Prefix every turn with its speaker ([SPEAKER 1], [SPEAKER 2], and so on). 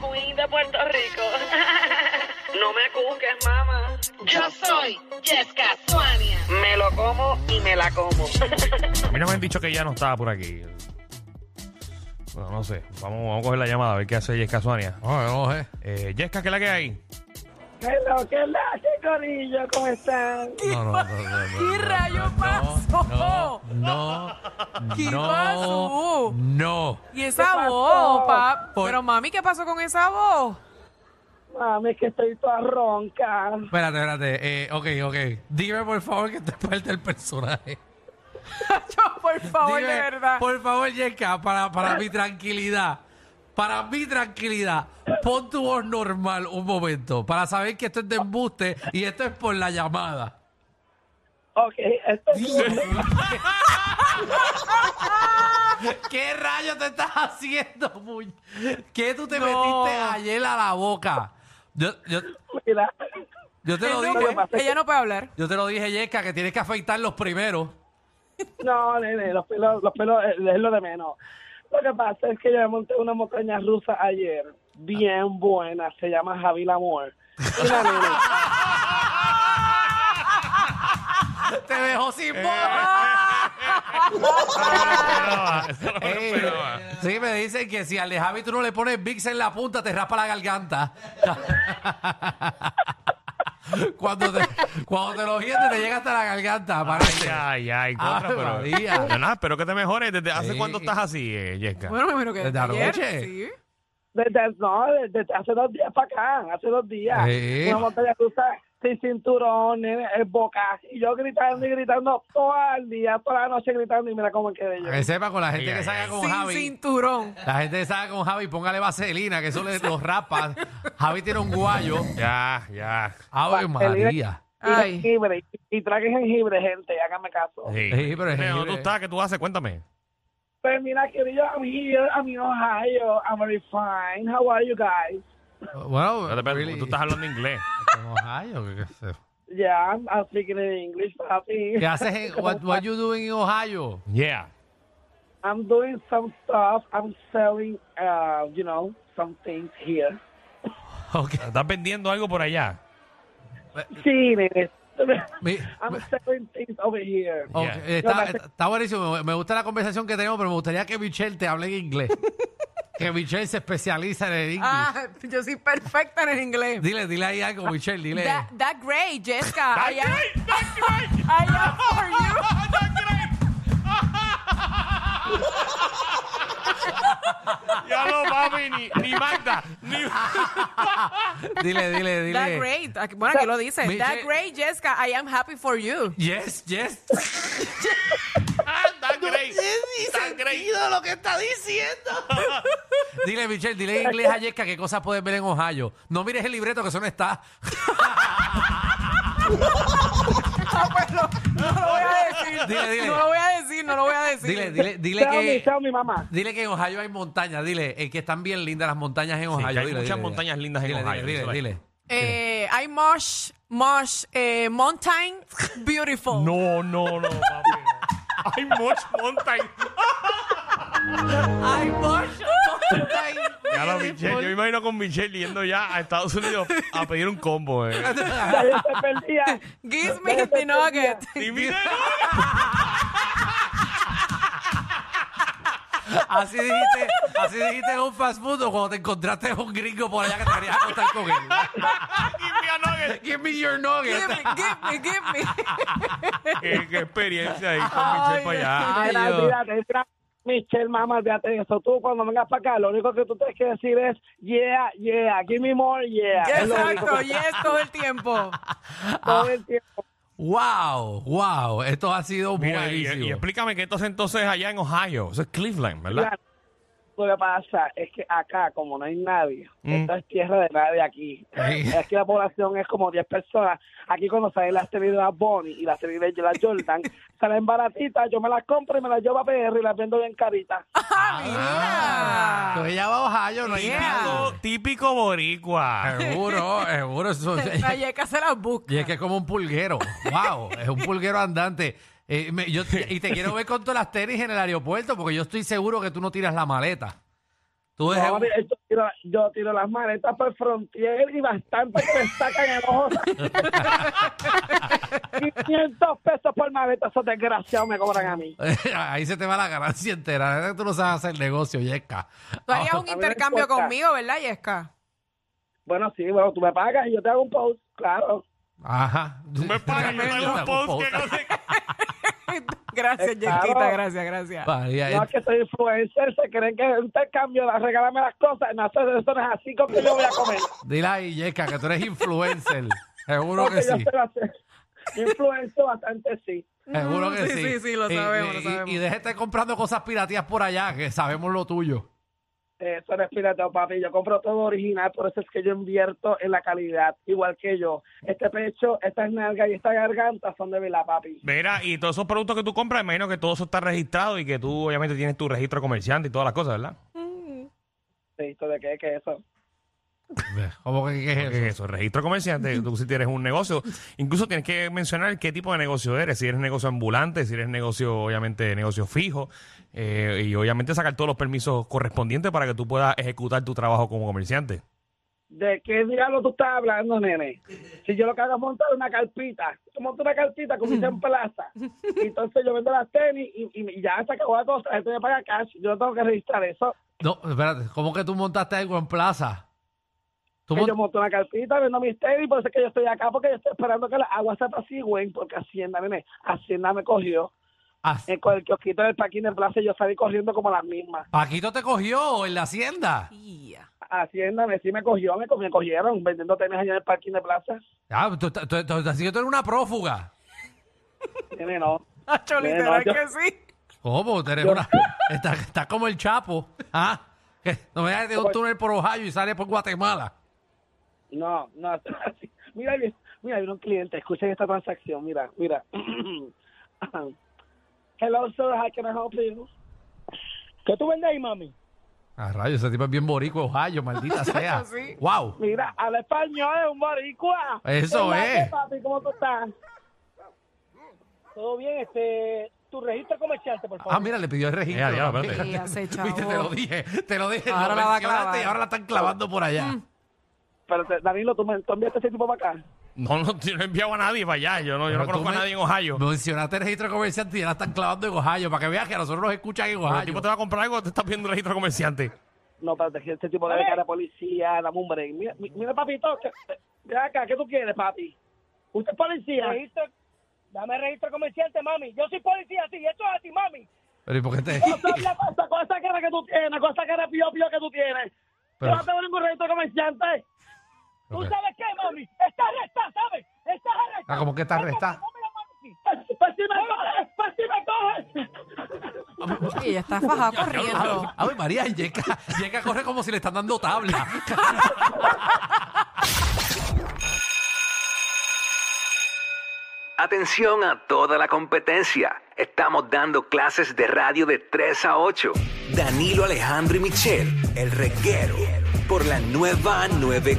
[SPEAKER 1] Queen de Puerto Rico.
[SPEAKER 2] No me cuques, mamá.
[SPEAKER 1] Yo soy Jessica Suania.
[SPEAKER 2] Me lo como y me la como.
[SPEAKER 3] A mí no me han dicho que ya no estaba por aquí. Bueno, no sé. Vamos, vamos a coger la llamada a ver qué hace Jessica Suania.
[SPEAKER 4] No, no, eh.
[SPEAKER 3] Eh, Jessica, ¿qué es la que hay?
[SPEAKER 5] Hello, ¿qué la ¿Qué corillo? ¿Cómo están?
[SPEAKER 4] No, no, no, no, no,
[SPEAKER 6] ¿Qué
[SPEAKER 4] no,
[SPEAKER 6] rayos
[SPEAKER 4] no,
[SPEAKER 6] pasó?
[SPEAKER 4] No, no,
[SPEAKER 6] ¿Qué
[SPEAKER 4] no,
[SPEAKER 6] pasó?
[SPEAKER 4] no.
[SPEAKER 6] Y esa
[SPEAKER 5] pasó?
[SPEAKER 6] voz, pa.
[SPEAKER 4] Por-
[SPEAKER 6] Pero mami, ¿qué pasó con esa voz?
[SPEAKER 5] Mami, es que estoy toda ronca.
[SPEAKER 4] Espérate, espérate. Eh, ok, ok. Dime, por favor, que te parte el personaje.
[SPEAKER 6] Yo, por favor,
[SPEAKER 4] Dime,
[SPEAKER 6] de verdad.
[SPEAKER 4] Por favor, Yeka, para, para mi tranquilidad. Para mi tranquilidad, pon tu voz normal un momento para saber que esto es de embuste y esto es por la llamada.
[SPEAKER 5] Ok, esto es
[SPEAKER 4] ¿Qué rayos te estás haciendo, puñ? ¿Qué tú te
[SPEAKER 6] No.
[SPEAKER 4] metiste ayer a la boca? Yo, yo,
[SPEAKER 5] mira.
[SPEAKER 4] yo te lo
[SPEAKER 6] Él no
[SPEAKER 4] dije.
[SPEAKER 6] puede- ella no puede hablar.
[SPEAKER 4] Yo te lo dije, Yesca, que tienes que afeitar los primeros.
[SPEAKER 5] No, nene, los pelos, los pelos eh, es lo de menos. Lo que pasa es que yo me monté una montaña rusa ayer, bien buena, se llama Javi Lamor. Y la nene,
[SPEAKER 4] Te dejó sin
[SPEAKER 6] Eh,
[SPEAKER 4] voz. Ey, sí, me dicen que si al de Javi tú no le pones Vicks en la punta, te raspa la garganta. cuando, te, cuando te lo gientes, te llega hasta la garganta. parece.
[SPEAKER 3] Ay, ay, contra,
[SPEAKER 4] Ave
[SPEAKER 3] pero.
[SPEAKER 4] María.
[SPEAKER 3] No, nada, espero que te mejores. ¿Desde hace
[SPEAKER 4] Sí.
[SPEAKER 3] cuánto estás así, eh, Jessica?
[SPEAKER 6] Bueno, me imagino que
[SPEAKER 4] Desde
[SPEAKER 6] desde ayer,
[SPEAKER 4] anoche.
[SPEAKER 6] sí.
[SPEAKER 5] desde, no, desde hace dos días para acá, hace dos días.
[SPEAKER 4] Sí.
[SPEAKER 5] Una montaña rusa sin cinturón, nene, el boca. Y yo gritando y gritando todo el día, toda la noche gritando y mira cómo quedé yo.
[SPEAKER 4] Que sepa con la gente
[SPEAKER 3] Ay,
[SPEAKER 4] que
[SPEAKER 3] ay,
[SPEAKER 4] salga
[SPEAKER 3] ay.
[SPEAKER 4] con
[SPEAKER 6] Sin
[SPEAKER 4] Javi.
[SPEAKER 6] cinturón.
[SPEAKER 4] La gente que salga con Javi, póngale vaselina, que eso le, los rapa. Javi tiene un guayo.
[SPEAKER 3] Ya, ya.
[SPEAKER 4] Ave
[SPEAKER 5] Vaselina.
[SPEAKER 4] María.
[SPEAKER 5] Y
[SPEAKER 6] Ay.
[SPEAKER 5] jengibre, y, y traje jengibre, gente, háganme caso.
[SPEAKER 3] Sí.
[SPEAKER 4] Sí, pero es
[SPEAKER 3] Mira, ¿Dónde
[SPEAKER 4] libre.
[SPEAKER 3] tú estás? ¿Qué tú haces? Cuéntame.
[SPEAKER 5] But mira, querido, I'm here, I'm in Ohio, I'm very fine. How are you guys?
[SPEAKER 4] Bueno,
[SPEAKER 3] Espérate, espérate,
[SPEAKER 4] really,
[SPEAKER 3] Tú estás hablando inglés.
[SPEAKER 4] con Ohio, que- que se-
[SPEAKER 5] Yeah, I'm, I'm speaking in English, papi.
[SPEAKER 4] ¿Qué haces? en- What, what you doing in Ohio?
[SPEAKER 3] Yeah.
[SPEAKER 5] I'm doing some stuff. I'm selling, uh, you know, some things here.
[SPEAKER 4] Okay.
[SPEAKER 3] ¿Estás vendiendo algo por allá?
[SPEAKER 5] Sí, nene.
[SPEAKER 4] Mi-
[SPEAKER 5] I'm selling things over here.
[SPEAKER 4] ok,
[SPEAKER 3] Yeah.
[SPEAKER 4] está, está buenísimo. Me- Me gusta la conversación que tenemos, pero me gustaría que Michelle te hable en inglés. que Michelle se especializa en el inglés.
[SPEAKER 6] Ah, yo soy perfecta en el inglés.
[SPEAKER 4] Dile, dile ahí algo, Michelle, dile.
[SPEAKER 6] That, that great, Jessica.
[SPEAKER 3] That
[SPEAKER 6] I am-
[SPEAKER 3] great, that great.
[SPEAKER 6] I am for you.
[SPEAKER 3] Ya lo papi, ni, ni Magda, ni
[SPEAKER 4] Dile, dile, dile.
[SPEAKER 6] That great. Aquí- Bueno, aquí lo dice.
[SPEAKER 4] Miche-
[SPEAKER 6] That great, Jessica. I am happy for you.
[SPEAKER 4] Yes, yes.
[SPEAKER 3] Ah, that great. That great.
[SPEAKER 4] lo que está diciendo. dile, Michelle, dile en inglés a Yesca qué cosas puedes ver en Ohio. No mires el libreto, que eso no está.
[SPEAKER 6] Ah, pues no, no lo voy a decir.
[SPEAKER 4] Dile, dile.
[SPEAKER 6] No lo voy a decir, no lo voy a decir.
[SPEAKER 4] Dile, dile, dile
[SPEAKER 5] Tell me,
[SPEAKER 4] que.
[SPEAKER 5] tell me, mamá.
[SPEAKER 4] Dile que en Ohio hay montañas, dile, eh, que están bien lindas las montañas en Ohio.
[SPEAKER 3] que hay
[SPEAKER 4] dile,
[SPEAKER 3] muchas
[SPEAKER 4] dile,
[SPEAKER 3] montañas lindas en
[SPEAKER 4] dile,
[SPEAKER 3] Ohio,
[SPEAKER 4] Dile,
[SPEAKER 3] eso
[SPEAKER 4] dile,
[SPEAKER 3] es.
[SPEAKER 4] dile.
[SPEAKER 6] Eh, I mush, mush, eh, mountain, beautiful.
[SPEAKER 3] No, no, no, papi. no. Hay much mountain.
[SPEAKER 4] Ay,
[SPEAKER 3] Ya lo Michelle, yo me imagino con Michelle yendo ya a Estados Unidos a pedir un combo, eh.
[SPEAKER 5] Ya yo estoy perdida.
[SPEAKER 6] Give me the nugget.
[SPEAKER 3] Y mira,
[SPEAKER 4] Así dijiste, así dijiste en un fast food o cuando te encontraste un gringo por allá que te querías acostar con él.
[SPEAKER 3] no,
[SPEAKER 4] Give me your
[SPEAKER 6] Give
[SPEAKER 4] nugget.
[SPEAKER 6] me, give me, give me.
[SPEAKER 3] qué, qué experiencia ahí con
[SPEAKER 6] Ay,
[SPEAKER 3] Michelle para allá.
[SPEAKER 4] Ay,
[SPEAKER 5] Mira,
[SPEAKER 4] Dios.
[SPEAKER 5] mira, mira, Michelle, mamá, fíjate de eso. Tú cuando vengas para acá, lo único que tú tienes que decir es, yeah, yeah, give me more, yeah. Es lo único
[SPEAKER 6] Exacto,
[SPEAKER 5] que-
[SPEAKER 6] yes todo el tiempo.
[SPEAKER 5] todo el tiempo.
[SPEAKER 4] Wow, wow, esto ha sido
[SPEAKER 3] Mira, y,
[SPEAKER 4] buenísimo.
[SPEAKER 3] y explícame que esto es entonces allá en Ohio. Eso es Cleveland, ¿verdad?
[SPEAKER 5] Claro. Lo que pasa es que acá, como no hay nadie, esto es tierra de nadie aquí.
[SPEAKER 4] Sí.
[SPEAKER 5] Es que la población es como 10 personas. Aquí cuando salen las tenis de la Bonnie y las tenis de la Jordan, salen baratitas, yo me las compro y me las llevo a PR y las vendo bien caritas.
[SPEAKER 4] Ah, entonces ella va a Ohio, no hay
[SPEAKER 6] Yeah.
[SPEAKER 4] nada.
[SPEAKER 3] Típico, típico boricua.
[SPEAKER 4] Seguro, seguro. eso-
[SPEAKER 6] La yeca se la busca.
[SPEAKER 4] Y es que es como un pulguero. Wow, es un pulguero andante. Eh, me- yo- y te quiero ver con todas las tenis en el aeropuerto porque yo estoy seguro que tú no tiras la maleta. Tú dejes
[SPEAKER 5] No,
[SPEAKER 4] un-
[SPEAKER 5] yo, tiro, yo tiro las maletas para el frontier y bastante que me sacan el ojo. 500 pesos por maleta, esos desgraciados me cobran a mí.
[SPEAKER 4] Ahí se te va la ganancia entera. Tú no sabes hacer negocio, Yesca.
[SPEAKER 6] Tú harías
[SPEAKER 4] Ah,
[SPEAKER 6] un
[SPEAKER 5] me
[SPEAKER 6] intercambio
[SPEAKER 5] importa.
[SPEAKER 6] conmigo, ¿verdad, Yesca?
[SPEAKER 5] Bueno, sí, bueno, tú me pagas y yo te hago un post, claro.
[SPEAKER 4] Ajá.
[SPEAKER 3] Me pagas, yo te hago un post, que no sé qué.
[SPEAKER 6] gracias,
[SPEAKER 5] Claro.
[SPEAKER 6] Yesquita, gracias, gracias.
[SPEAKER 4] María,
[SPEAKER 5] No
[SPEAKER 4] eh,
[SPEAKER 5] es que soy influencer, se creen que es un intercambio, la- regálame las cosas. No, eso, eso no es así como yo voy a comer.
[SPEAKER 4] Dile ahí, Yesca, que tú eres influencer. Seguro
[SPEAKER 5] Porque
[SPEAKER 4] que
[SPEAKER 5] yo
[SPEAKER 4] sí.
[SPEAKER 5] soy bastante- yo influencio bastante, sí.
[SPEAKER 4] Seguro que
[SPEAKER 6] Mm, Sí,
[SPEAKER 4] sí.
[SPEAKER 6] sí, sí, lo
[SPEAKER 4] Y-
[SPEAKER 6] sabemos, lo
[SPEAKER 4] y-
[SPEAKER 6] sabemos.
[SPEAKER 4] Y, déjate comprando cosas piratías por allá, que sabemos lo tuyo.
[SPEAKER 5] Eh, Eso no es pirateo, papi. Yo compro todo original, por eso es que yo invierto en la calidad, igual que yo. Este pecho, estas nalgas y esta garganta son de vela, papi.
[SPEAKER 3] Mira, y todos esos productos que tú compras, imagino que todo eso está registrado y que tú obviamente tienes tu registro comerciante y todas las cosas, ¿verdad?
[SPEAKER 5] Sí, ¿esto de qué? ¿Qué es eso?
[SPEAKER 4] ¿Cómo que qué es
[SPEAKER 3] ¿Qué es eso? Registro comerciante. Tú si tienes un negocio, incluso tienes que mencionar qué tipo de negocio eres. Si eres negocio ambulante, si eres negocio, obviamente, negocio fijo. eh, y obviamente sacar todos los permisos correspondientes para que tú puedas ejecutar tu trabajo como comerciante.
[SPEAKER 5] ¿De qué diablo tú estás hablando, nene? Si yo lo que hago es montar una carpita, yo monto una carpita con en plaza, y entonces yo vendo las tenis y, y- y ya se acabó la cosa, la gente me paga cash, yo no tengo que registrar eso.
[SPEAKER 4] No, espérate, ¿cómo que tú montaste algo en plaza? Tú
[SPEAKER 6] Eh,
[SPEAKER 5] Que
[SPEAKER 4] mon-
[SPEAKER 5] yo monto una carpita, vendo mis tenis, por eso es que yo estoy acá, porque yo estoy esperando que las aguas se apacigüen, porque Hacienda, nene, Hacienda me cogió.
[SPEAKER 4] Ah,
[SPEAKER 5] Eh, con el kiosquito del Paquín en Plaza, yo salí corriendo como las mismas.
[SPEAKER 4] Paquito te cogió en la hacienda.
[SPEAKER 6] Ya.
[SPEAKER 5] Hacienda, me sí me cogió, me, co- me cogieron vendiendo tenis allá en el Paquín de Plaza.
[SPEAKER 4] Ah, tú, tú- tú- tú- así que tú eres una prófuga.
[SPEAKER 5] Nene, no.
[SPEAKER 6] Nacho,
[SPEAKER 5] Bueno,
[SPEAKER 6] literal
[SPEAKER 5] yo-
[SPEAKER 6] que sí.
[SPEAKER 4] ¿Cómo? Tú eres una... Estás estás como el Chapo. ¿Ah? que No me dejes de un túnel por Ohio y sales por Guatemala.
[SPEAKER 5] No, no, eso no es así. Mira, vi- mira, vino un cliente, escuchen esta transacción, mira, mira. Hello, sir, how can I help you? ¿Qué tú vendes ahí, mami?
[SPEAKER 4] Ah, rayos, ese tipo es bien boricua, Ohio, maldita sea.
[SPEAKER 6] Sí.
[SPEAKER 4] Wow.
[SPEAKER 5] Mira, habla español, es un boricua.
[SPEAKER 4] Eso
[SPEAKER 5] Hola,
[SPEAKER 4] es.
[SPEAKER 5] papi, ¿cómo tú estás? Todo bien, este, tu registro comerciante, por
[SPEAKER 4] Ah, mira, le pidió el registro.
[SPEAKER 3] Eh, diablo,
[SPEAKER 4] también.
[SPEAKER 3] espérate.
[SPEAKER 6] Ya se chavó.
[SPEAKER 4] Viste, te lo dije, te lo dije.
[SPEAKER 6] Ahora
[SPEAKER 4] lo
[SPEAKER 6] la va a clavar.
[SPEAKER 4] mencionaste
[SPEAKER 6] Mm.
[SPEAKER 4] Y ahora la están clavando por allá.
[SPEAKER 5] Pero, te- Danilo, ¿tú, me- tú enviaste ese tipo para acá?
[SPEAKER 3] No, no, yo no he enviado a nadie para allá. Yo no, yo no
[SPEAKER 4] Pero tú
[SPEAKER 3] conozco a
[SPEAKER 4] me-
[SPEAKER 3] nadie en Ohio.
[SPEAKER 4] Mencionaste el registro comerciante y ya la están clavando en Ohio. Para que veas que a nosotros nos escuchan en
[SPEAKER 3] Pero el
[SPEAKER 4] Ohio.
[SPEAKER 3] tipo te va a comprar algo, te estás viendo el registro comerciante.
[SPEAKER 5] No, espérate, que este tipo debe cara a policía, dame un break. Mira, mi- mira papito, que- ven acá, ¿qué tú quieres, papi? ¿Usted es policía? dame registro comerciante, mami. Yo soy policía, sí, esto es así, mami.
[SPEAKER 4] Pero ¿y por qué te.?
[SPEAKER 5] con esa cara que tú tienes, con esa cara pío pío que tú tienes.
[SPEAKER 4] Pero-
[SPEAKER 5] Yo no tengo ningún registro comerciante.
[SPEAKER 4] Ok.
[SPEAKER 5] sabes qué, mami? Estás arrestada, ¿sabes? Estás
[SPEAKER 4] Ah,
[SPEAKER 5] arrestada.
[SPEAKER 4] ¿cómo que estás arrestada?
[SPEAKER 5] Pues si me coges, pues si me coges.
[SPEAKER 6] Y ella está fajada corriendo.
[SPEAKER 4] A ver, María, Yeka, Yeka corre como si le están dando tabla.
[SPEAKER 7] Atención a toda la competencia. Estamos dando clases de radio de 3 a 8. Danilo Alejandro y Michel, el reguero, por la nueva 94.